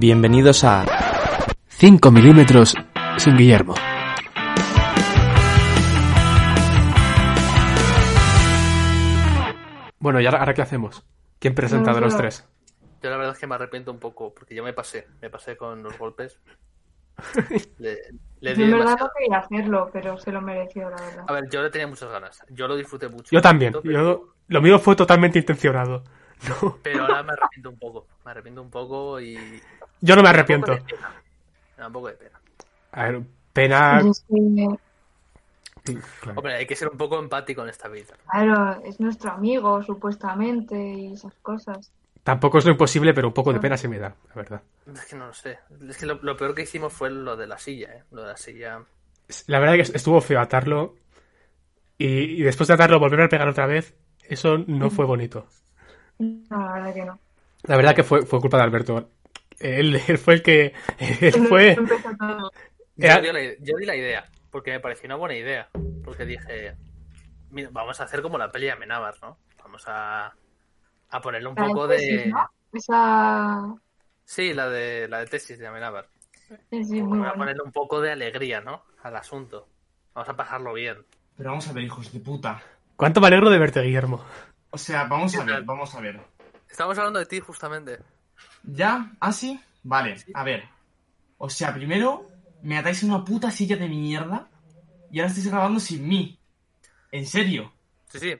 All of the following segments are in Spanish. Bienvenidos a 5 milímetros sin Guillermo. Bueno, ¿y ahora, ahora qué hacemos? ¿Quién presenta de los tres? Yo la verdad es que me arrepiento un poco, porque yo me pasé, me pasé con los golpes. Le, le Yo di en verdad demasiado. no quería hacerlo, pero se lo mereció, la verdad. A ver, yo le tenía muchas ganas, yo lo disfruté mucho. Yo también. Pero- Yo, lo mío fue totalmente intencionado. No, Pero ahora me arrepiento un poco, me arrepiento un poco y... yo no me arrepiento. Un poco de pena. Me da un poco de pena. A ver, pena. Pues es que, claro. Hombre, hay que ser un poco empático en esta vida. claro, es nuestro amigo, supuestamente, y esas cosas. Tampoco es lo imposible, pero un poco de pena se me da, la verdad. Es que no lo sé. Es que lo, lo peor que hicimos fue lo de la silla, ¿eh? Lo de la silla... La verdad es que estuvo feo atarlo. Y, y después de atarlo, volver a pegar otra vez. Eso no fue bonito. No, la verdad que no. La verdad que fue, fue culpa de Alberto. Él, él fue el que. Él fue. Empezó todo. Yo, Era- di la, yo di la idea, porque me pareció una buena idea. Porque dije, mira, vamos a hacer como la peli de Amenábar, ¿no? Vamos a, a ponerle un La poco tesis, de... ¿no? Esa... Sí, la de, la de tesis de Amenábar. Sí, sí, muy Vamos a buena. ponerle un poco de alegría, ¿no? Al asunto. Vamos a pasarlo bien. Pero vamos a ver, hijos de puta. ¿Cuánto me alegro de verte, Guillermo? O sea, vamos a ver, vamos a ver. Estamos hablando de ti, justamente. ¿Ya? ¿Ah, sí? Vale, a ver. O sea, primero me atáis a una puta silla de mierda y ahora estáis grabando sin mí. En serio. Sí, sí.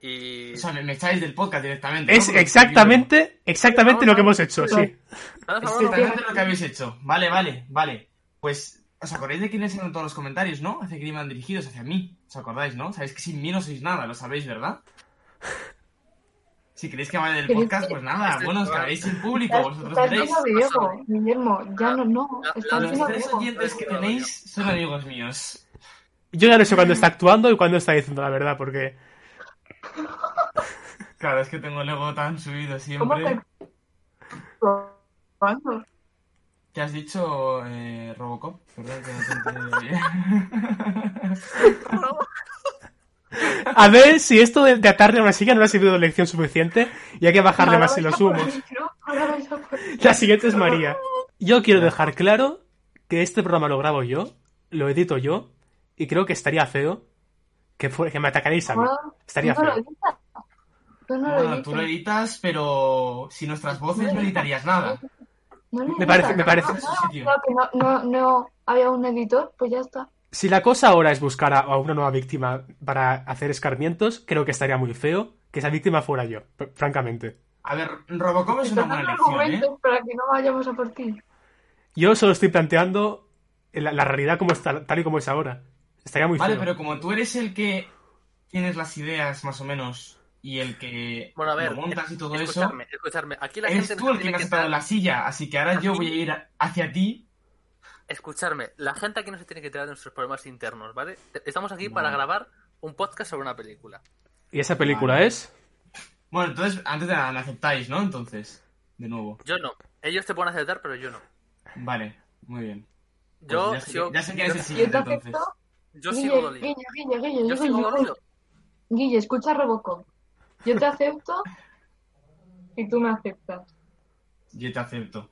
Y... O sea, me, me echáis del podcast directamente. ¿no? Es Porque- exactamente, exactamente lo que hemos hecho, sí. Nada, Es Pablo, exactamente lo que habéis hecho. Vale, vale, vale. Pues, ¿os acordáis de quiénes eran todos los comentarios, no? Hacia quién iban dirigidos, hacia mí. ¿Os acordáis, no? Sabéis que sin mí no sois nada, lo sabéis, ¿verdad? Si queréis que vaya del Pero es podcast, que- pues nada. es que- Bueno, os quedaréis sin público, Estás vosotros estás veréis. lleno de ego, Guillermo. Ah, Ya no, no. La- Estás la- Los lleno de tres ego. oyentes que tenéis son amigos míos. Yo ya no sé cuándo está actuando y cuándo está diciendo la verdad, porque Claro, es que tengo el ego tan subido ¿Cómo siempre. te... ¿Cuándo? ¿Qué has dicho, eh, Robocop? Perdón, que no te he entendido bien. a ver si esto de, de atarle a una silla no le ha servido de lección suficiente y hay que bajarle Ahora más en vais los a por humos. mí, ¿no? Ahora vais a por mí. La siguiente es María. Yo quiero dejar claro que este programa lo grabo yo, lo edito yo, y creo que estaría feo que, fue- que me atacaréis a mí. Ah, Estaría tú no lo feo. editas. Tú no lo Bueno, tú lo editas. editas, pero sin nuestras voces no editarías nada. No lo Me parece, editas. me parece. Ese sitio. Claro que no, no, no había un editor, pues ya está. Si la cosa ahora es buscar a, a una nueva víctima para hacer escarmientos, creo que estaría muy feo que esa víctima fuera yo, fr- francamente. A ver, Robocop es una Están buena dando elección, ¿eh? argumentos para que no vayamos a por ti. Yo solo estoy planteando la, la realidad como está, tal y como es ahora. Estaría muy Vale, feo. pero como tú eres el que tienes las ideas más o menos y el que Bueno, a ver, lo montas y todo eso, Escucharme, escucharme. Aquí la gente eres tú me el que tiene me has dar- atado en la silla, así que ahora yo voy a ir a- hacia ti. Escucharme, la gente aquí no se tiene que tirar de nuestros problemas internos, ¿vale? Te- Estamos aquí para grabar un podcast sobre una película. ¿Y esa película Vale. es? Bueno, entonces, antes de nada, me aceptáis, ¿no? Entonces, de nuevo. Yo no. Ellos te pueden aceptar, pero yo no. Vale, muy bien. Pues Yo, ya, sé, yo, ya sé quién yo, es el Yo te siguiente, entonces. acepto. yo sigo Guille, dolido. Guille, Guille, Guille, Yo Guille, sigo dolido. Guille, escucha Robocop. Yo te acepto y tú me aceptas. Yo te acepto,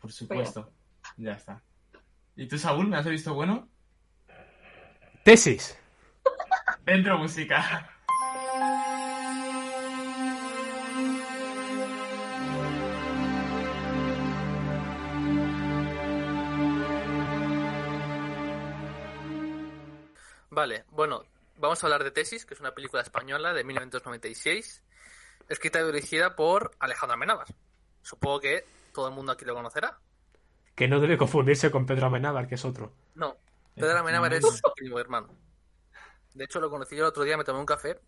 por supuesto. Ya está. ¿Y tú, Saúl, me has visto bueno? Tesis. Dentro música. Vale, bueno, vamos a hablar de Tesis, que es una película española de 1996, escrita y dirigida por Alejandro Amenábar. Supongo que todo el mundo aquí lo conocerá. Que no debe confundirse con Pedro Amenábar, que es otro. No, Eh, Pedro Amenábar es su primo hermano. De hecho, lo conocí yo el otro día, me tomé un café,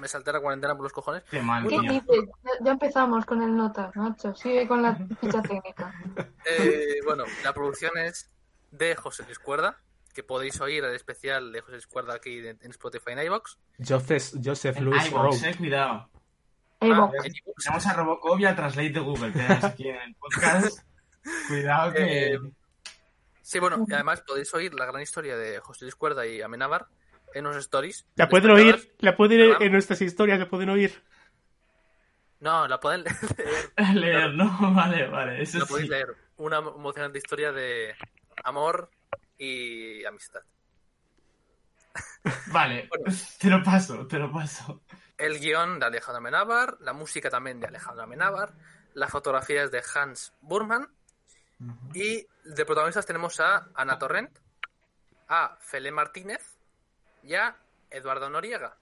me salté la cuarentena por los cojones. Qué mal, ¿Qué tío. dices? Ya, ya empezamos con el nota, macho. Sigue con la ficha técnica. Ah, Eh, bueno, la producción es de José Luis Cuerda, que podéis oír el especial de José Luis Cuerda aquí en en Spotify y iVoox. Joseph, Joseph En Louis iVoox, Rowe. eh, cuidado. Ey, Ah, Bob, en iVoox. eh, Tenemos a Robocop y a Translate de Google. Tenemos aquí en el podcast. Cuidado que. Eh, Sí, bueno, y además podéis oír la gran historia de José Luis Cuerda y Amenábar en unos stories. La pueden oír, la pueden oír en nuestras historias, la pueden oír. No, la pueden leer. Leer, ¿no? Vale, vale, eso la sí. podéis leer. Una emocionante historia de amor y amistad. Vale, te lo paso, te lo paso. El guión de Alejandro Amenábar, la música también de Alejandro Amenábar, las fotografías de Hans Burman y de protagonistas tenemos a Ana Torrent, a Fele Martínez y a Eduardo Noriega.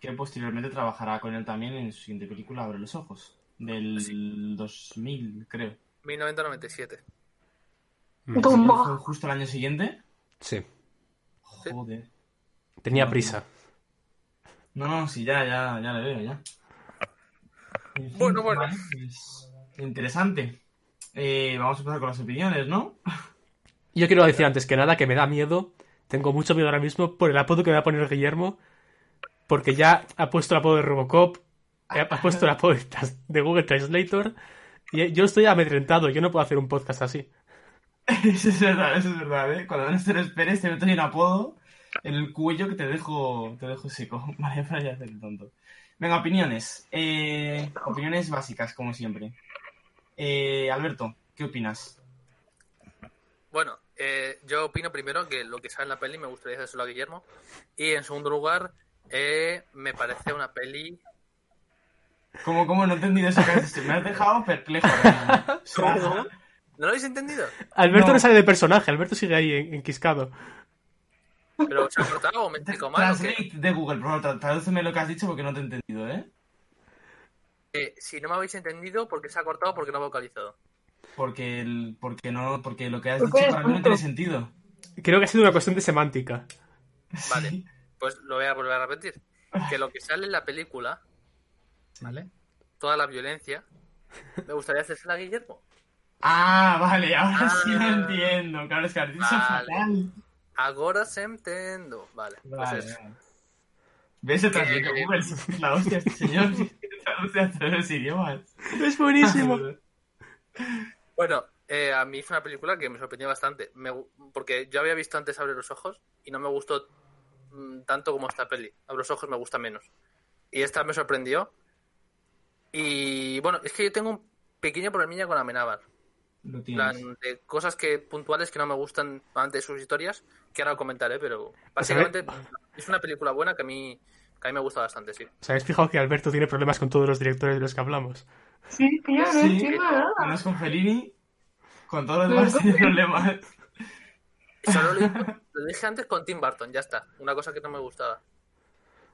Que posteriormente trabajará con él también en su siguiente película, Abre los Ojos, del 2000, creo. 1997. ¿Fue Dumbo. justo el año siguiente? Sí. Sí. Joder. Tenía prisa. No, no, sí, ya, ya, ya le veo, ya. En fin, Bueno, bueno. vale, pues, interesante. Eh, vamos a empezar con las opiniones, ¿no? Yo quiero decir antes que nada que me da miedo. Tengo mucho miedo ahora mismo por el apodo que me va a poner Guillermo. Porque ya ha puesto el apodo de Robocop. eh, Ha ha puesto el apodo de Trans- de Google Translator. Y eh, yo estoy amedrentado. Yo no puedo hacer un podcast así. Eso es verdad, eso es verdad, ¿eh? Cuando no te lo esperes, te meto ahí un apodo en el cuello que te dejo, te dejo seco. Vale, para ya hacer el tonto. Venga, opiniones. Eh, opiniones básicas, como siempre. Eh, Alberto, ¿qué opinas? Bueno, eh, yo opino primero que lo que sale en la peli me gustaría decírselo a Guillermo. Y en segundo lugar, eh, me parece una peli. ¿Cómo, cómo no he entendido eso que has dicho? Me has dejado perplejo. ahora mismo. O sea, ¿No lo habéis entendido? Alberto no, No. sale de personaje. Alberto sigue ahí en- enquiscado. ¿Pero se ha cortado o me explico mal? o qué? Translate de Google, por favor, tra- tradúceme lo que has dicho porque no te he entendido, ¿eh? Eh, si no me habéis entendido, porque se ha cortado porque no ha vocalizado. Porque, el, porque, no, porque lo que has Porque dicho eres para mí no tonto. tiene sentido. Creo que ha sido una cuestión de semántica. Vale. Sí. Pues lo voy a volver a repetir. Que lo que sale en la película, ¿vale? Toda la violencia, me gustaría hacérsela a Guillermo. Ah, vale, ahora Ah. sí lo entiendo. Claro, es que has dicho Vale. fatal. Ahora se entiendo. Vale. pues Vale, eso. vale. ¿Ves el traductor Que- de Google? Es La hostia, este señor traduce a todos los idiomas. Es buenísimo. Bueno, eh, a mí fue una película que me sorprendió bastante. Me gu- porque yo había visto antes Abre los Ojos y no me gustó mm, tanto como esta peli. Abre los Ojos me gusta menos. Y esta me sorprendió. Y bueno, es que yo tengo un pequeño problemilla con Amenábar. Lo En tienes. plan, de cosas que puntuales que no me gustan antes de sus historias, que ahora comentaré, pero básicamente es una película buena que a mí, que a mí me gusta bastante, sí. ¿Os habéis fijado que Alberto tiene problemas con todos los directores de los que hablamos? Sí, tío, no Sí. entiendo nada. Menos con Fellini, con todos los demás tiene problemas. Solo lo, dije- lo dije antes con Tim Burton, ya está. Una cosa que no me gustaba.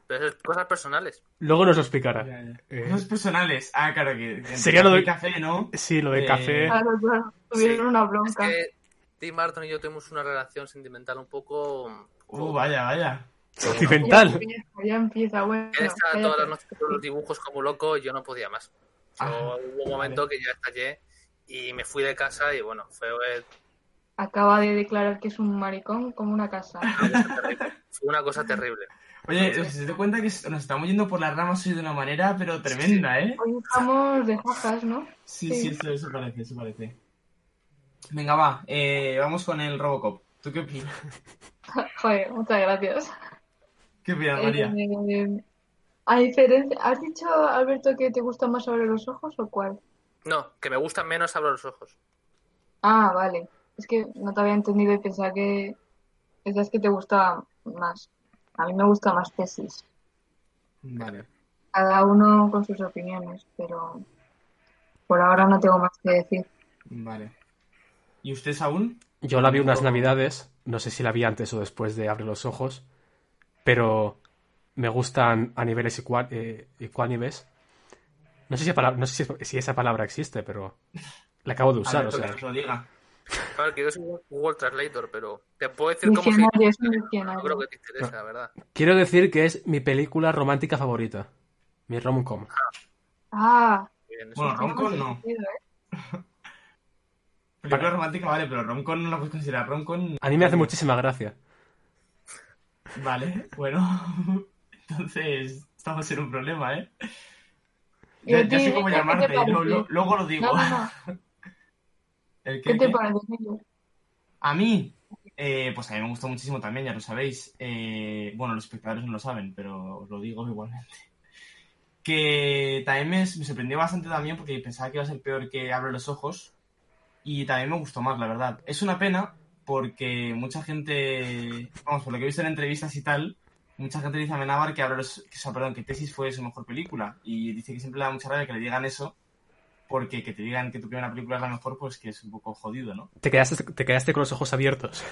Pero eso es cosas personales. Luego nos lo explicará. Eh. Los personales. Ah, claro que. que- Sería lo de- Café, ¿no? Sí, lo de Eh, café. Claro, claro. Tuvieron Sí. una Es bronca. que Tim Burton y yo tuvimos una relación sentimental un poco... eh, Uh, vaya, vaya. Ya Sentimental. empieza, ya empieza, bueno. Él estaba cállate. todas las noches con los dibujos como loco y yo no podía más. Yo, Ah, hubo un momento que yo estallé y me fui de casa y bueno, fue eh, Acaba de declarar que es un maricón como una casa. fue una cosa terrible. Oye, se te cuenta que nos estamos yendo por las ramas hoy de una manera, pero tremenda, ¿eh? Hoy estamos de jajas, ¿no? Sí, Sí. sí, eso, eso parece, eso parece. Venga, va, eh, vamos con el Robocop. ¿Tú qué opinas? Joder, muchas gracias. ¿Qué opinas, María? Eh, a diferencia, ¿has dicho, Alberto, que te gusta más sobre los ojos o cuál? No, que me gustan menos abro los ojos. Ah, vale. Es que no te había entendido y pensaba que decías que te gustaba más. A mí me gusta más tesis. Vale. Cada uno con sus opiniones, pero por ahora no tengo más que decir. Vale. ¿Y usted, Saúl? Yo la vi unas navidades, no sé si la vi antes o después de Abre los Ojos, pero me gustan a niveles icua- eh, ecuánimes. No sé, si, pala- no sé si- si esa palabra existe, pero la acabo de Pues usar, o Alberto, que sea. nos lo diga. Claro, que yo soy Google Translator, pero te puedo decir cómo se Diccionario es un No creo diccionario. que te interesa, la verdad. Quiero decir que es mi película romántica favorita, mi rom-com. Ah, Bien, eso. Bueno, tiene romcon mucho no. sentido, ¿eh? Película romántica, vale, pero romcon no la puedes considerar romcon. A mí me hace muchísima gracia. Vale, bueno. Entonces, estamos en un problema, ¿eh? Yo Ya, ya te sé digo cómo que, ¿eh? ¿qué te llamarte, yo parece? lo- luego lo digo. No, no, no. ¿El qué, ¿Qué te qué? parece? Miguel? A mí, eh, pues a mí me gustó muchísimo también, ya lo sabéis. Eh, bueno, los espectadores no lo saben, pero os lo digo igualmente. que también me, me sorprendió bastante también porque pensaba que iba a ser peor que Abre los Ojos y también me gustó más, la verdad. Es una pena porque mucha gente, vamos, por lo que he visto en entrevistas y tal, mucha gente dice a Menábar que, Abre los, que, o sea, perdón, que Tesis fue su mejor película y dice que siempre le da mucha rabia que le digan eso porque que te digan que tu primera película es la mejor, pues que es un poco jodido, ¿no? Te quedaste, te quedaste con los ojos abiertos.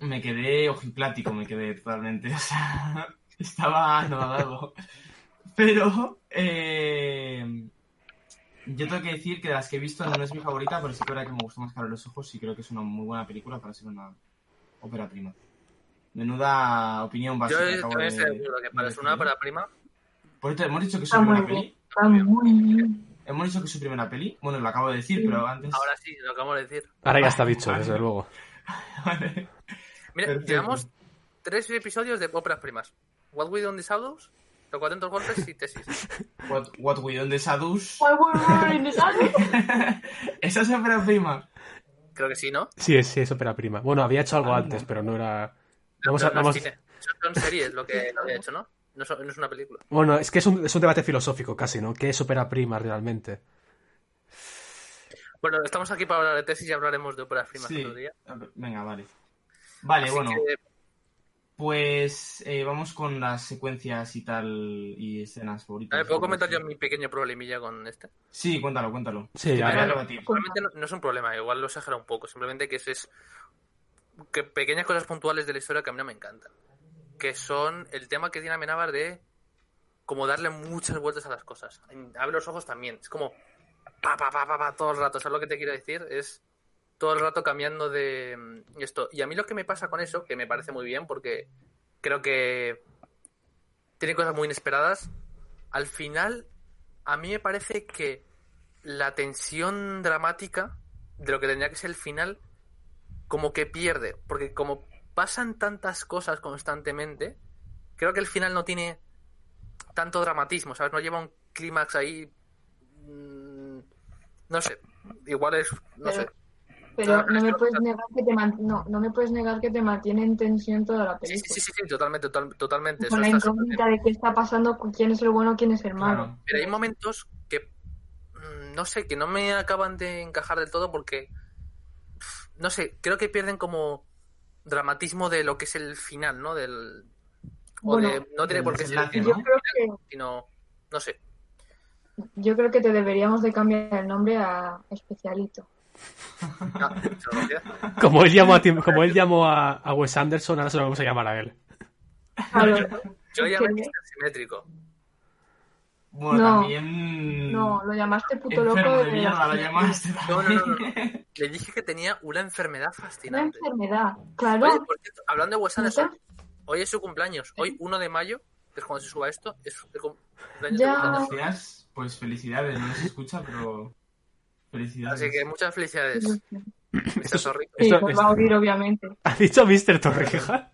Me quedé ojiplático, me quedé totalmente, o sea, estaba anodado. Pero eh, yo tengo que decir que de las que he visto no es mi favorita, pero sí que era que me gustó más Caro los ojos y creo que es una muy buena película para ser una ópera prima. Menuda opinión Yo básica. acabo también de- estoy de acuerdo que para de ser una decir. ópera prima, Por cierto, hemos dicho que es su Está muy primera bien. peli. Está muy bien. Hemos dicho que es su primera peli. Bueno, lo acabo de decir, Sí. pero antes. ahora sí, lo acabamos de decir. Ahora ya está dicho, desde luego. Vale. Mira, Perfecto. llevamos tres episodios de óperas primas. What We Do in the Shadows, Los 400 Golpes y Tesis. What, what We Don't the Sadus. Why were we in the shadows? Esa es ópera prima. Creo que sí, ¿no? Sí, es- sí, es ópera prima. Bueno, había hecho algo Ah, antes, no. pero no era. Vamos No, a- no vamos- es cine. Son- Son series lo que, lo que he hecho, ¿no? No, son- no es una película. Bueno, es que es un, es un debate filosófico casi, ¿no? ¿Qué es ópera prima realmente? Bueno, estamos aquí para hablar de tesis y hablaremos de óperas primas Sí. otro día. Venga, vale. Vale, Así bueno. que, Pues eh, vamos con las secuencias y tal y escenas a favoritas. ver, ¿puedo comentar yo mi pequeño problemilla con este? Sí, cuéntalo, cuéntalo. Sí, Te a voy a ver. rebatir. Realmente no, no es un problema, igual lo exagero un poco. Simplemente que es, es- que pequeñas cosas puntuales de la historia que a mí no me encantan. Que son el tema que tiene Amenábar de como darle muchas vueltas a las cosas. En- Abre los ojos también. Es como pa, pa, pa, pa, pa, todo el rato. ¿Sabes lo que te quiero decir? Es todo el rato cambiando de mm, esto. Y a mí lo que me pasa con eso, que me parece muy bien porque creo que tiene cosas muy inesperadas. Al final, a mí me parece que la tensión dramática de lo que tendría que ser el final, como que pierde. Porque como pasan tantas cosas constantemente, creo que el final no tiene tanto dramatismo, ¿sabes? No lleva un clímax ahí. mm, No sé. Igual es. No sé. Pero Claro, no me claro, puedes claro. negar que te man- no, no me puedes negar que te mantiene en tensión toda la Sí, sí, película. sí, sí, sí, totalmente, total- totalmente. Con eso la está súper incógnita de qué está pasando, quién es el bueno, quién es el malo. Claro. Pero hay momentos que mm, no sé, que no me acaban de encajar del todo porque pf, no sé, creo que pierden como dramatismo de lo que es el final, ¿no? Del o Bueno, de no tiene del por qué ser el desenlace, Y final, yo ¿no? creo que sino no sé. yo creo que te deberíamos de cambiar el nombre a especialito. Ah, muchas gracias. Como él llamó a, Tim- como él llamó a, a Wes Anderson, ahora se lo vamos a llamar a él. Yo Es ya que- me hice simétrico. Bueno, No. también. No, lo llamaste puto loco. eh. Enfermo de de mierda, la- lo llamaste. No, no, no, no. también. Le dije que tenía una enfermedad Una fascinante. enfermedad, Oye, claro. por cierto, hablando de Wes ¿No Anderson, te- hoy es su cumpleaños, hoy 1 de mayo, que es cuando se suba esto, es el cumpleaños Ya. de Wes Anderson. Gracias, pues felicidades, no se escucha, pero. Felicidades. Así que muchas felicidades, Mr. Esto es- Zorrito. Sí, Esto- pues va a oír, obviamente. ¿Ha dicho Mr. Torreja?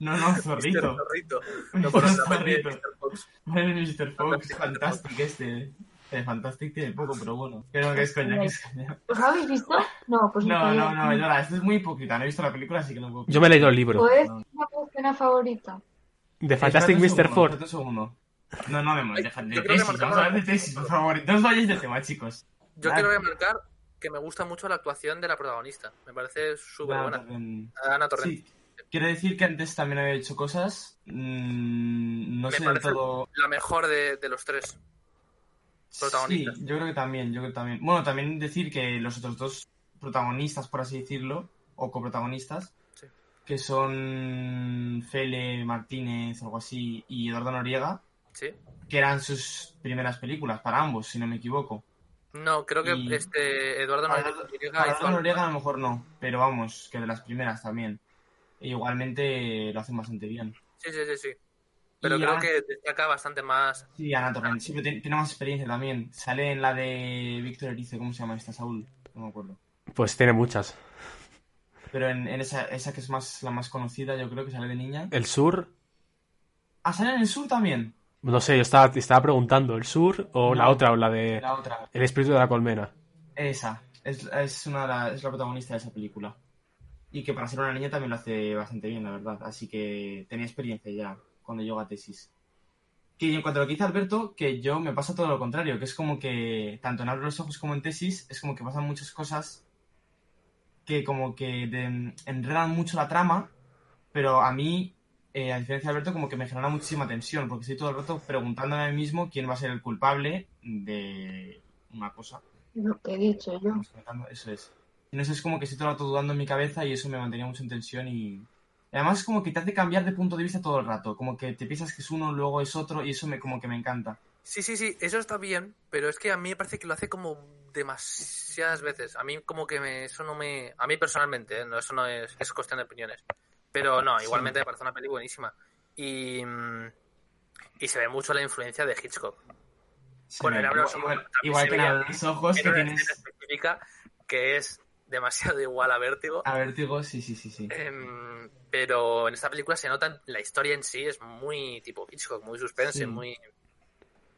No, no, Mr. zorrito. Zorrito. Mr. No conoce la peli de Zorrito. Mr. Fox. Vale, Mr. Fox, Fantastic. fantástico este. El Fantastic tiene poco, pero bueno. Creo que es coña, que es coña. ¿Os lo habéis visto? No, pues No, sabía. no, no, Yolanda, esto es muy hipócrita. No he visto la película, así que no puedo. Yo me he leído el libro. ¿Puedes una escena favorita? De Espérate Fantastic un Mr. segundo, Ford. espérate un segundo. No, no, me Ay, dejan de yo creo que tesis. Vamos marcamos a hablar la- de tesis, por favor. No os vayáis del tema, chicos. Yo Dale. quiero remarcar que me gusta mucho la actuación de la protagonista. Me parece súper Nada, buena. también- Ana Torrent. Em, Sí. Quiero decir que antes también había hecho cosas. mm, no Me sé del parece todo. La mejor de, de los tres. protagonistas. Sí, yo creo que también, yo creo que también. Bueno, también decir que los otros dos protagonistas, por así decirlo, o coprotagonistas, Sí. que son Fele Martínez, algo así, y Eduardo Noriega, ¿Sí? que eran sus primeras películas para ambos, si no me equivoco. No, creo que Y- este Eduardo Para- Noriega Para hizo Eduardo algo. Noriega a lo mejor no, pero vamos, que de las primeras también. E igualmente lo hacen bastante bien. Sí, sí, sí, sí. Pero Y creo Ana- que destaca bastante más. Sí, Ana Torrent, sí, pero tiene, tiene más experiencia también. Sale en la de Víctor Erice, ¿cómo se llama esta, Saúl? No me acuerdo. Pues tiene muchas. Pero en, en esa, esa que es más la más conocida, yo creo que sale de niña. El sur, Ah, sale en el sur también. no sé, yo estaba, estaba preguntando, ¿el sur o la No. otra o la de La otra. El espíritu de la colmena? Esa. Es, es una de la- es la protagonista de esa película. Y que para ser una niña también lo hace bastante bien, la verdad. Así que tenía experiencia ya cuando llegó a tesis. que en cuanto a lo que dice Alberto, que yo me pasa todo lo contrario, que es como que tanto en Abro los Ojos como en Tesis, es como que pasan muchas cosas que como que de- enredan mucho la trama, pero a mí, eh, a diferencia de Alberto, como que me genera muchísima tensión, porque estoy todo el rato preguntándome a mí mismo quién va a ser el culpable de una cosa. Lo que he dicho yo. Vamos comentando, Eso es. Y no sé, es como que estoy todo el rato dudando en mi cabeza y eso me mantenía mucho en tensión y... y Además es como que te hace cambiar de punto de vista todo el rato, como que te piensas que es uno, luego es otro y eso me como que me encanta. Sí, sí, sí, eso está bien, pero es que a mí me parece que lo hace como demasiadas veces. A mí como que me, eso no me... A mí personalmente, ¿eh? no, eso no es, es cuestión de opiniones. Pero no, Sí. igualmente me parece una peli buenísima. Y, mm, y se ve mucho la influencia de Hitchcock. Bueno, Sí, en Abra los igual, Ojos también igual se que en veía Abra los ojos en que una escena tienes específica que es demasiado igual a Vértigo. a vértigo, sí, sí, sí, sí. Em, pero en esta película se nota la historia en sí, es muy tipo Hitchcock, muy suspense, Sí. muy...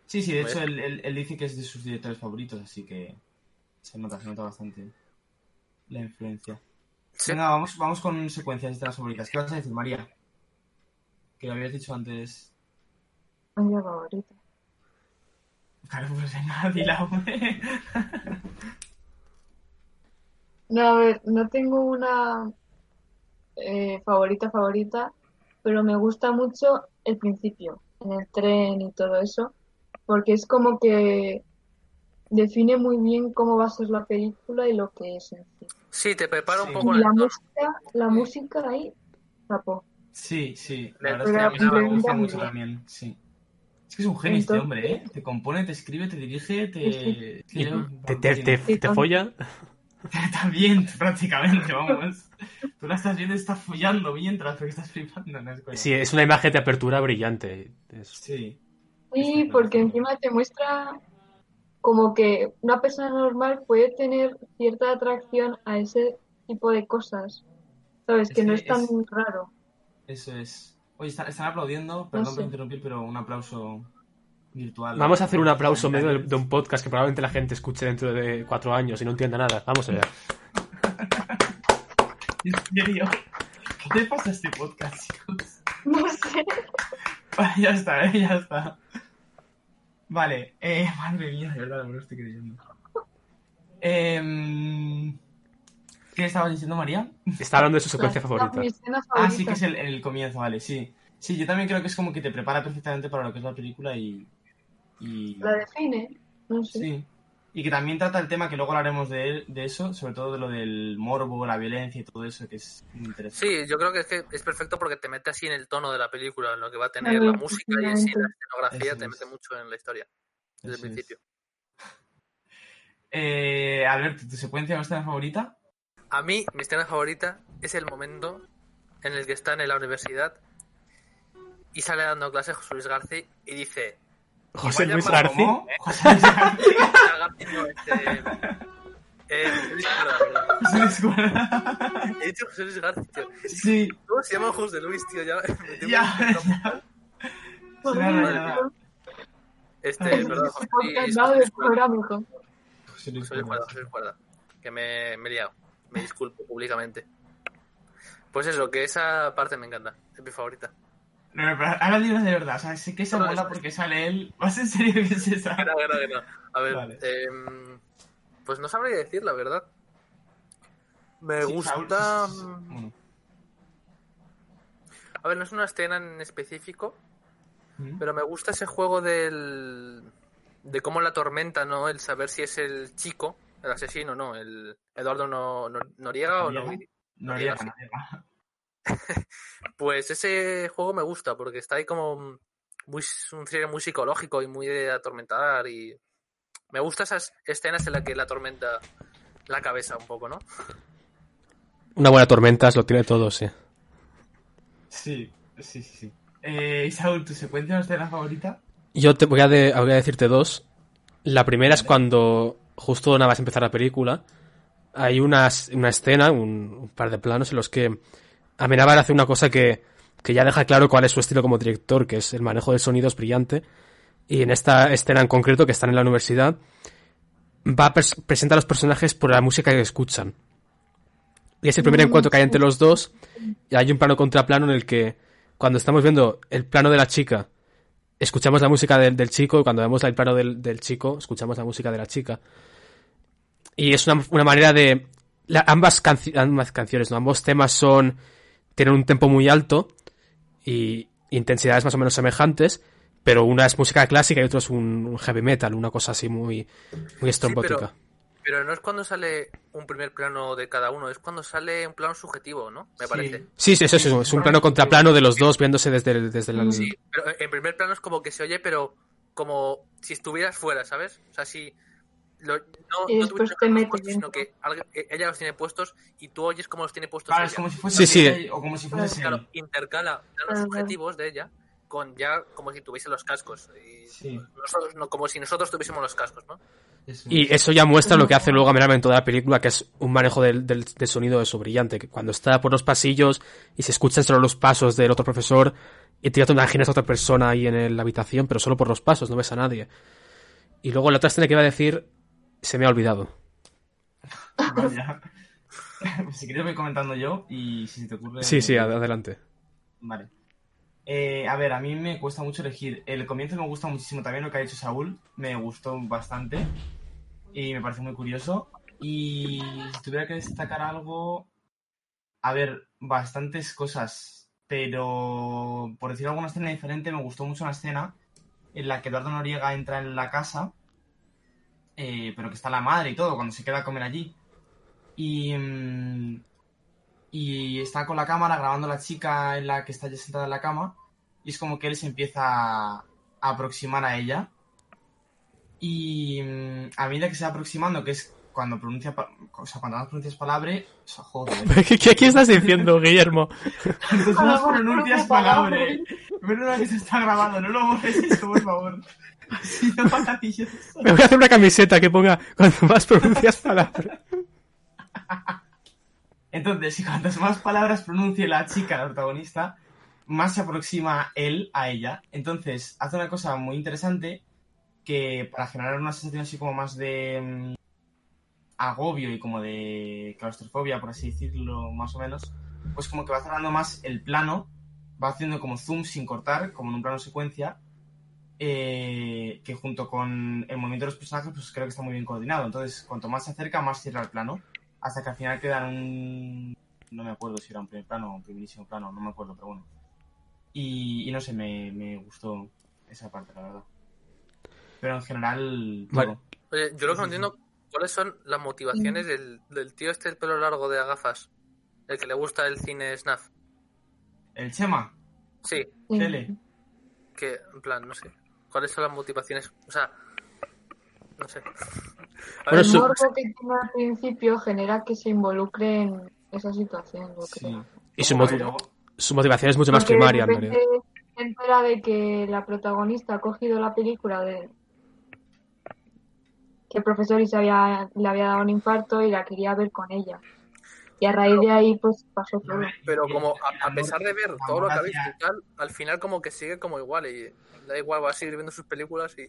Sí, sí, de Pues- hecho él, él- él dice que es de sus directores favoritos, así que se nota, se nota bastante la influencia. Sí. Venga, vamos, vamos con secuencias de las favoritas. ¿Qué vas a decir, María? Que lo habías dicho antes. Media favorita. Claro, pues venga, dila, hombre. No, a ver, no tengo una eh, favorita favorita, pero me gusta mucho el principio, en el tren y todo eso, porque es como que define muy bien cómo va a ser la película y lo que es en sí. Sí, te prepara Sí. un poco Y el la entorno. música, la música ahí, tapó. Sí, sí. Le- La verdad es que a mí le- me gusta le- mucho también, sí. Es que es un genio este Entonces- hombre, ¿eh? Te compone, te escribe, te dirige, te... es que Y yo- te, te, te, Sí, te con- folla. También, prácticamente, vamos. Tú la estás viendo y estás follando mientras, porque estás flipando en la escuela. Sí, es una imagen de apertura brillante. Es- Sí. Sí, Exactamente. porque encima te muestra como que una persona normal puede tener cierta atracción a ese tipo de cosas, ¿sabes? Que no Ese es tan es- raro. Eso es. Oye, está- están aplaudiendo, perdón sé. por interrumpir, pero un aplauso virtual. Vamos a hacer un aplauso en medio de- Sanitario. de un podcast que probablemente la gente escuche dentro de cuatro años y no entienda nada. Vamos allá. ¿En serio? ¿Qué te pasa a este podcast, chicos? No sé. Vale, ya está, eh, ya está. Vale, eh, madre mía, de verdad, no me lo estoy creyendo. Em, ¿Qué estabas diciendo, María? Está hablando de su secuencia La- favorita. Mi escena Ah, favorita. sí, que es el, el comienzo, vale, sí. Sí, yo también creo que es como que te prepara perfectamente para lo que es la película y. y... La define, no sé. Sí. Y que también trata el tema que luego hablaremos de, él- de eso, sobre todo de lo del morbo, la violencia y todo eso, que es muy interesante. Sí, yo creo que es, que es perfecto porque te mete así en el tono de la película, en lo que va a tener Claro, la música y en sí la efectivamente. escenografía, Eso te es. mete mucho en la historia desde el Eso es. principio. Eh, Alberto, ¿tu secuencia más favorita? A mí, mi escena favorita es el momento en el que están en la universidad y sale dando clases José Luis García y dice... José Igual Luis llama García. ¿Cómo? José Luis García. García, no, este, eh, José Luis, perdón, perdón. José Luis García. He dicho José Luis García, tío. Sí, ¿Cómo se llama José Luis, tío? Ya, me tengo ya, un poco- ya. Por Nada, Dios, nada. yo- Este, Ay, perdón, José porque Luis- nada José de Luis Cuerda. programa. José Luis Soy cuerda, soy cuerda. Que me, me he liado. Me disculpo públicamente. Pues eso, que esa parte me encanta. Es mi favorita. No, no, pero ahora dinos de verdad, o sea, sé que esa No, mola es- porque sale él. ¿Vas en serio que es esa? Que no, que no, que no. A ver, Vale. em, pues no sabría decir la verdad. Me Sí, mm, Saúl, pues, gusta. mm, sí, sí, sí. Bueno. A ver, no es una escena en específico, ¿Mm? pero me gusta ese juego del. de cómo la tormenta, ¿no? El saber si es el chico, el asesino, ¿no? El Eduardo no, No- Noriega o no. ¿Noriega? Noriega, Noriega, sí. Noriega. Pues ese juego me gusta porque está ahí como muy, un thriller muy psicológico y muy de atormentar y me gustan esas escenas en las que la atormenta la cabeza un poco, ¿no? Una buena tormenta lo tiene todo, sí. Sí, sí, sí. sí. Eh, Saúl, ¿tu secuencia más de la favorita? Yo te voy a, de- voy a decirte dos. La primera es cuando justo nada más empezar la película. Hay una, s- una escena, un, un par de planos en los que Amenábar hace una cosa que, que ya deja claro cuál es su estilo como director, que es el manejo de sonidos brillante. Y en esta escena en concreto, que están en la universidad, va a pres- presenta a los personajes por la música que escuchan. Y es el primer Mm, encuentro que hay entre sí. los dos. Y hay un plano contra plano en el que, cuando estamos viendo el plano de la chica escuchamos la música del, del chico, cuando vemos el plano del, del chico, escuchamos la música de la chica. Y es una, una manera de... la- ambas, canci- ambas canciones, ¿no? ambos temas son... tienen un tempo muy alto y intensidades más o menos semejantes, pero una es música clásica y otro es un, un heavy metal, una cosa así muy, muy estrambótica. Pero no es cuando sale un primer plano de cada uno, es cuando sale un plano subjetivo, ¿no? Me Sí. parece. Sí, sí, eso es, un- es un plano contra plano de los dos viéndose desde el... Desde Mm. el- Sí, pero en primer plano es como que se oye, pero como si estuvieras fuera, ¿sabes? O sea, si. lo- no, Y no después tuvieras te los mete puestos, sino dentro. que alguien- eh, ella los tiene puestos y tú oyes cómo los tiene puestos. Claro, es ella. como si Sí, fuese sí. él o como si fuese Claro, él. intercala planos Ajá. subjetivos de ella con ya como si tuviese los cascos. Y Sí. nosotros, no, como si nosotros tuviésemos los cascos, ¿no? Eso es. Y eso ya muestra lo que hace luego Merame en toda la película, que es un manejo del, del- del sonido de eso brillante, que cuando está por los pasillos y se escuchan solo los pasos del otro profesor y te te imaginas a otra persona ahí en el- la habitación, pero solo por los pasos, no ves a nadie. Y luego la otra escena que iba a decir se me ha olvidado. Vaya. si quieres voy comentando yo y si se te ocurre... Sí, sí, ad- adelante. Vale. Eh, a ver, a mí me cuesta mucho elegir. El comienzo me gusta muchísimo también lo que ha dicho Saúl. Me gustó bastante. Y me parece muy curioso. Y si tuviera que destacar algo. A ver, bastantes cosas. Pero por decir alguna escena diferente, me gustó mucho una escena en la que Eduardo Noriega entra en la casa. eh, pero que está la madre y todo, cuando se queda a comer allí. Y. mm, y está con la cámara grabando a la chica en la que está ya sentada en la cama y es como que él se empieza a aproximar a ella y mm, a medida que se va aproximando que es cuando pronuncia pa- o sea cuando más pronuncias palabras o sea, joder ¿Qué, qué- qué estás diciendo, Guillermo? cuando más pronuncias palabras palabras. menos que se está grabando no lo borres esto por favor así no patatillas Me voy a hacer una camiseta que ponga cuando más pronuncias palabras. Entonces, si cuantas más palabras pronuncie la chica, la protagonista, más se aproxima él a ella. Entonces, hace una cosa muy interesante que para generar una sensación así como más de mm, agobio y como de claustrofobia, por así decirlo, más o menos, pues como que va cerrando más el plano, va haciendo como zoom sin cortar, como en un plano secuencia, eh, que junto con el movimiento de los personajes, pues creo que está muy bien coordinado. Entonces, cuanto más se acerca, más cierra el plano hasta que al final quedan un... No me acuerdo si era un primer plano o un primerísimo plano, no me acuerdo, pero bueno. Y, y no sé, me, me gustó esa parte, la verdad. Pero en general... todo. Vale. Oye, yo lo que no Sí, sí, entiendo, ¿cuáles son las motivaciones del, del tío este del pelo largo de gafas? El que le gusta el cine snuff. El Chema, Sí, Sí. Tele. que, en plan, no sé. ¿Cuáles son las motivaciones? O sea, no sé. Bueno, A ver, el su- morbo que tiene al principio genera que se involucre en esa situación, yo sí. creo. Y su, Luego, mot- luego, su motivación es mucho más Porque de primaria, en repente realidad. Se entera de que la protagonista ha cogido la película de que el profesor y se había, le había dado un infarto y la quería ver con ella. Y a raíz de ahí pues pasó todo. pero como, a, a pesar de ver todo lo que ha visto Gracias. y tal, al final como que sigue como igual y da igual, va a seguir viendo sus películas y...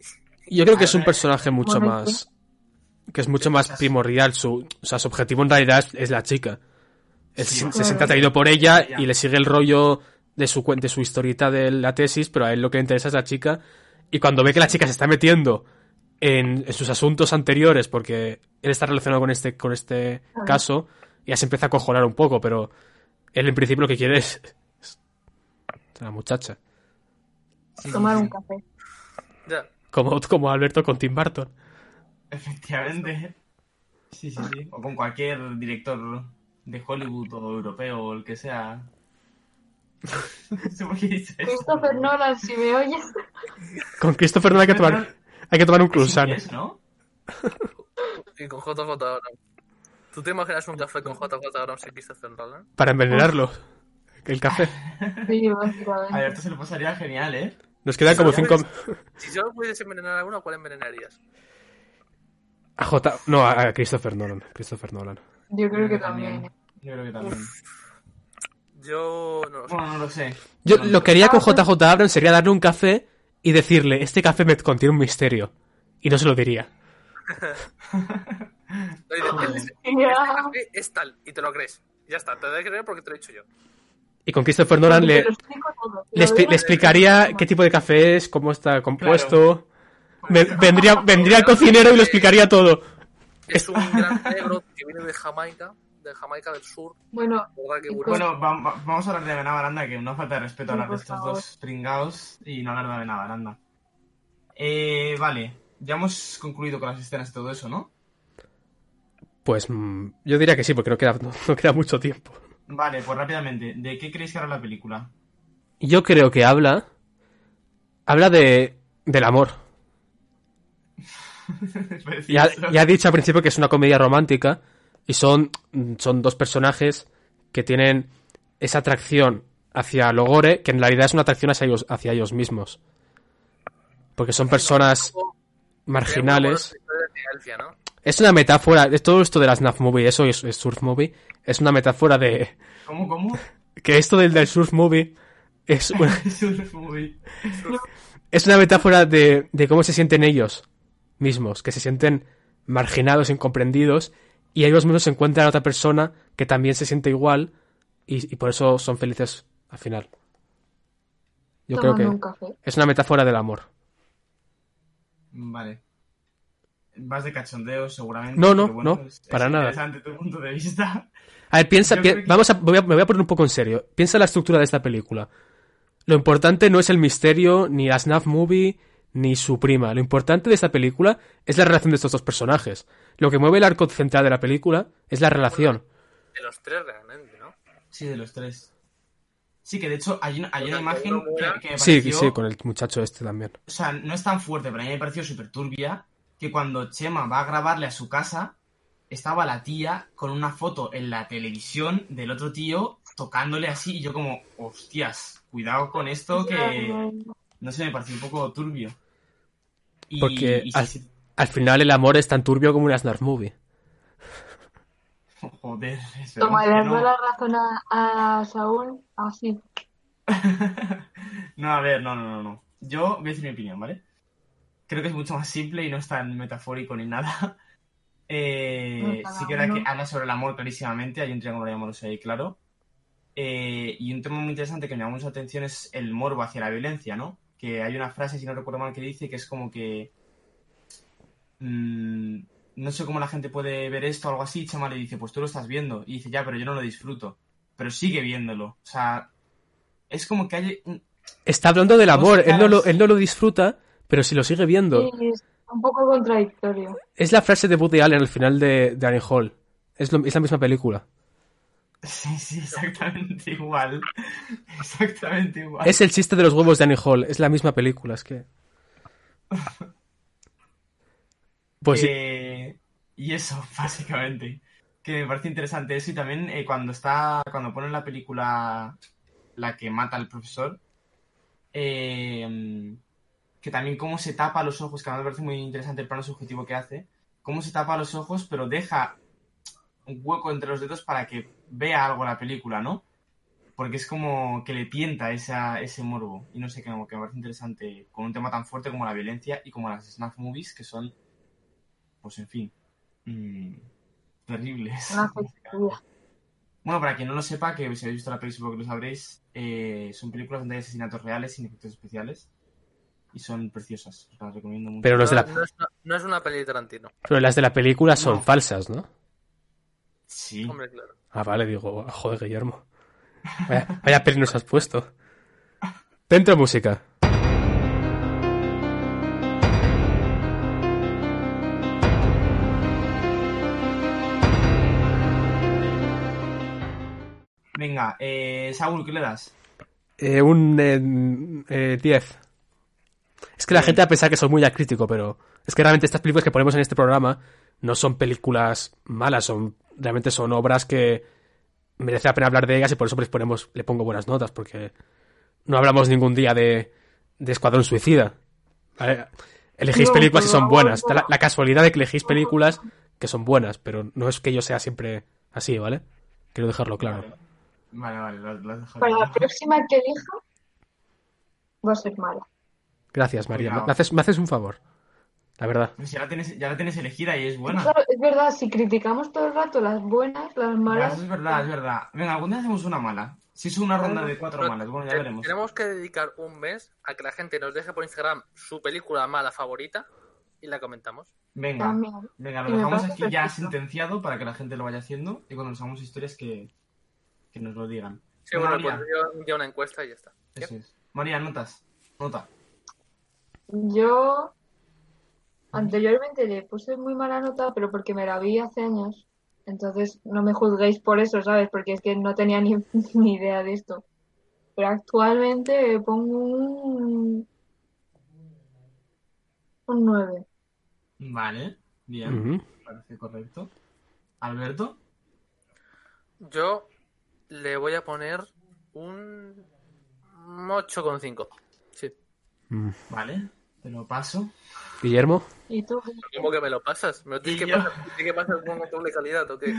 Yo creo que es un personaje mucho más. que es mucho más Cosas. primordial. Su, o sea, su objetivo en realidad es, es la chica. Él Sí, se- se, claro. siente atraído por ella y le sigue el rollo de su, cuen- de su historita de la tesis, pero a él lo que le interesa es la chica. Y cuando ve que la chica se está metiendo en, en sus asuntos anteriores, porque él está relacionado con este, con este Claro. caso, ya se empieza a cojonar un poco, pero él en principio lo que quiere es. es la muchacha. Sí, Tomar sí, un sí. café. Ya, Como, como Alberto con Tim Burton. Efectivamente. Sí, sí, sí. O con cualquier director de Hollywood o europeo o el que sea. no sé por qué dices esto. Christopher Nolan, si me oyes, Con Christopher Nolan hay que tomar, hay que tomar un cruzano. Es inglés, ¿no? y con JJ ahora. ¿Tú te imaginas un café con JJ ahora sin Christopher Nolan? Para envenenarlo. El café. sí, A básicamente. Alberto se lo pasaría genial, ¿eh? Nos quedan como cinco. Si solo pudiese envenenar a uno, ¿cuál envenenarías? A J. No, a a Christopher Nolan. Christopher Nolan. Yo creo que también. ¿eh? Yo creo que también. Yo no lo sé. Bueno, no lo sé. Yo No lo sé. que haría con JJ Abrams sería darle un café y decirle: Este café me contiene un misterio. Y no se lo diría. Oye, el- Ya. el- ¿eh? Eh, el- es tal, y te lo crees. Ya está, te lo que creer porque te lo he dicho yo. Y con Christopher Nolan Porque le, te lo explico todo, te le, lo expli- digo le explicaría qué tipo de café es, cómo está compuesto. Ve- vendría, vendría el cocinero y lo explicaría todo. Es un gran negro que viene de Jamaica, de Jamaica del Sur, Bueno, ¿verdad que Y bueno. Bueno, va- va- vamos a hablar de Avena Baranda, que no falta de Pues Sí, respeto hablar de por estos favor. dos pringados y no hablar de Avena Baranda. Eh, vale, ya hemos concluido con las escenas y todo eso, ¿no? Pues mm, yo diría que sí, porque no queda, no, no queda mucho tiempo. Vale, pues rápidamente, ¿de qué creéis que habla la película? Yo creo que habla. Habla de. del amor. Ya, ya he dicho al principio que es una comedia romántica. Y son. son dos personajes que tienen esa atracción hacia Logore, que en realidad es una atracción hacia ellos, hacia ellos mismos. Porque son personas marginales. Triángulo de Filadelfia, ¿no? Es una metáfora, de todo esto de las NAF Movie, eso es, es Surf Movie, es una metáfora de ¿Cómo, cómo? que esto del, del Surf Movie es una, Es un movie. es una metáfora de, de cómo se sienten ellos mismos, que se sienten marginados, incomprendidos, y ellos mismos se encuentran a otra persona que también se siente igual, y, y por eso son felices al final. Yo creo tomando un que café. es una metáfora del amor. Vale. Vas de cachondeo, seguramente. No, no, pero bueno, no, es- para es nada. interesante tu punto de vista. A ver, piensa, Yo pi- creo que- vamos a, voy a- me voy a poner un poco en serio. Piensa en la estructura de esta película. Lo importante no es el misterio, ni la snuff movie, ni su prima. Lo importante de esta película es la relación de estos dos personajes. Lo que mueve el arco central de la película es la relación. De los tres realmente, ¿no? Sí, de los tres. Sí, que de hecho hay una, hay Pero una tanto imagen uno que, muera- que me Sí, pareció- sí, con el muchacho este también. o sea, no es tan fuerte, pero a mí me pareció súper turbia que cuando Chema va a grabarle a su casa, estaba la tía con una foto en la televisión del otro tío tocándole así y yo como, hostias, cuidado con esto que no sé, me pareció un poco turbio. Y, Porque y sí, al- sí, Al final el amor es tan turbio como una snuff movie. joder, es verdad, Toma, le has no. dado la razón a, a Saúl así. No, a ver, no, no, no, no. Yo voy a decir mi opinión, ¿vale? Creo que es mucho más simple y no es tan metafórico ni nada. Eh, No, cada sí que era uno. que habla sobre el amor clarísimamente, hay un triángulo amoroso ahí, claro. Eh, y un tema muy interesante que me llama mucha atención es el morbo hacia la violencia, ¿no? Que hay una frase, si no recuerdo mal, que dice que es como que... mm, no sé cómo la gente puede ver esto o algo así, y Chama le dice, pues tú lo estás viendo. Y dice, ya, pero yo no lo disfruto. Pero sigue viéndolo. O sea, es como que hay un- Está hablando del amor, él no lo, caras. él no lo disfruta, pero si lo sigue viendo. Sí, es un poco contradictorio. Es la frase de Woody Allen al final de, de Annie Hall. Es, lo- es la misma película. Sí, sí, exactamente igual. Exactamente igual. Es el chiste de los huevos de Annie Hall, es la misma película, es que. Pues sí, Eh, y eso, básicamente. Que me parece interesante eso. Y también eh, cuando está. Cuando ponen la película La que mata al profesor. eh, que también cómo se tapa los ojos, que a mí me parece muy interesante el plano subjetivo que hace. Cómo se tapa los ojos, pero deja un hueco entre los dedos para que vea algo la película, ¿no? Porque es como que le tienta esa, ese morbo. Y no sé, que, me- que me parece interesante con un tema tan fuerte como la violencia y como las snuff movies, que son, pues en fin, mm, terribles. Una afectividad. Bueno, para quien no lo sepa, que si habéis visto la peli supongo que lo sabréis, eh, son películas donde hay asesinatos reales sin efectos especiales. Y son preciosas, os las recomiendo mucho. pero, los de no, la- no es una, no es una peli de Tarantino. pero las de la película son No. falsas, ¿no? Sí, Hombre, claro. Ah, vale, digo, ah, joder, Guillermo. Vaya, vaya peli nos has puesto. Dentro música. venga, eh, Saúl, ¿qué le das? Eh, un eh, eh, 10. es que la gente va a pensar que soy muy acrítico, pero es que realmente estas películas que ponemos en este programa no son películas malas, son realmente son obras que merece la pena hablar de ellas y por eso les ponemos, le pongo buenas notas, porque no hablamos ningún día de, de Escuadrón Suicida. ¿vale? Elegís No, películas y por son favor, buenas. Está la, no. la casualidad de que elegís películas que son buenas, pero no es que yo sea siempre así, ¿vale? Quiero dejarlo claro. Vale, vale, vale, lo, lo has dejado Para la claro. próxima que elija, va a ser mala. Gracias, María. Cuidado. Me haces, me haces un favor. La verdad. Pues ya la tienes, ya la tienes elegida y es buena. Claro, es verdad, si criticamos todo el rato las buenas, las Ya, malas, eso es verdad, es verdad. Venga, algún día hacemos una mala. Si es una ronda de cuatro Pero malas, bueno, ya te- veremos. Tenemos que dedicar un mes a que la gente nos deje por Instagram su película mala favorita y la comentamos. Venga, también. venga, Y lo me dejamos parece aquí ya perfecto. sentenciado para que la gente lo vaya haciendo y cuando nos hagamos historias que, que nos lo digan. Sí, Venga, bueno, María, pues yo, yo una encuesta y ya está. eso es. María, notas. Nota. Yo anteriormente le puse muy mala nota, pero porque me la vi hace años. Entonces no me juzguéis por eso, ¿sabes? Porque es que no tenía ni, ni idea de esto. Pero actualmente le pongo un, un 9. Vale, bien, Ujú. parece correcto. Alberto, Yo le voy a poner un 8,5. Sí. Mm. vale, te lo paso. Guillermo, ¿Y tú? ¿Cómo que me lo pasas? ¿Me lo tienes Y que yo. pasar? ¿Tienes que pasar con una doble calidad o qué?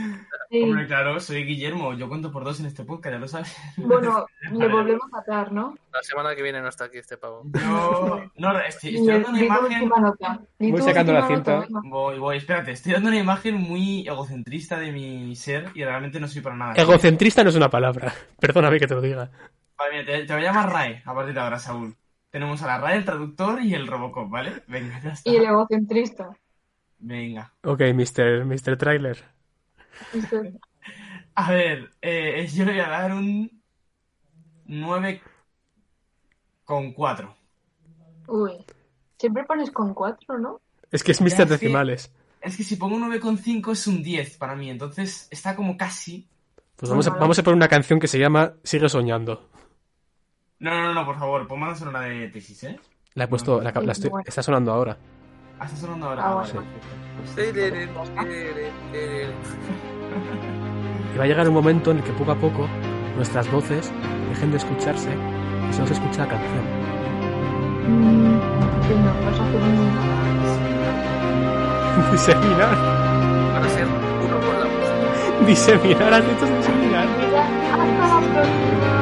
Sí. Hombre, claro, soy Guillermo, yo cuento por dos en este podcast, ya lo sabes. Bueno, le volvemos a dar, ¿no? La semana que viene no está aquí este pavo. Yo, no, estoy, estoy Y dando una di tu imagen... última nota. Di Voy tu sacando la última nota, cinta. venga. Voy, voy, espérate, estoy dando una imagen muy egocentrista de mi ser y realmente no soy para nada. así. egocentrista no es una palabra. Perdóname que te lo diga. Vale, mira, te, te voy a llamar Rae a partir de ahora, Saúl. Tenemos a la Rae, el traductor y el Robocop, ¿vale? Venga, ya está. Y el egocentrista. Venga. Ok, Mr. Mr. Trailer. Esto- A ver, eh, yo le voy a dar un 9 con 4. Uy. Siempre pones con 4, ¿no? Es que es Ya, Mr. es que- Decimales. Es que si pongo un 9 con 5 es un 10 para mí, entonces está como casi... Pues vamos a, Bueno. vamos a poner una canción que se llama Sigue soñando. No, no, no, no, por favor, ponme la sonora de tesis, ¿eh? La he puesto, la, la estoy- Bueno. está sonando ahora. Ah, está sonando ahora. Ah, Ah, vale, sí. perfecto. Pues, Y va a llegar un momento en el que poco a poco nuestras voces dejen de escucharse y solo se escucha la canción. Mm, que no, vas a hacer un- Diseminar, Van a ser uno por la música. diseminar, atentos diseminar. Mira, hasta la próxima.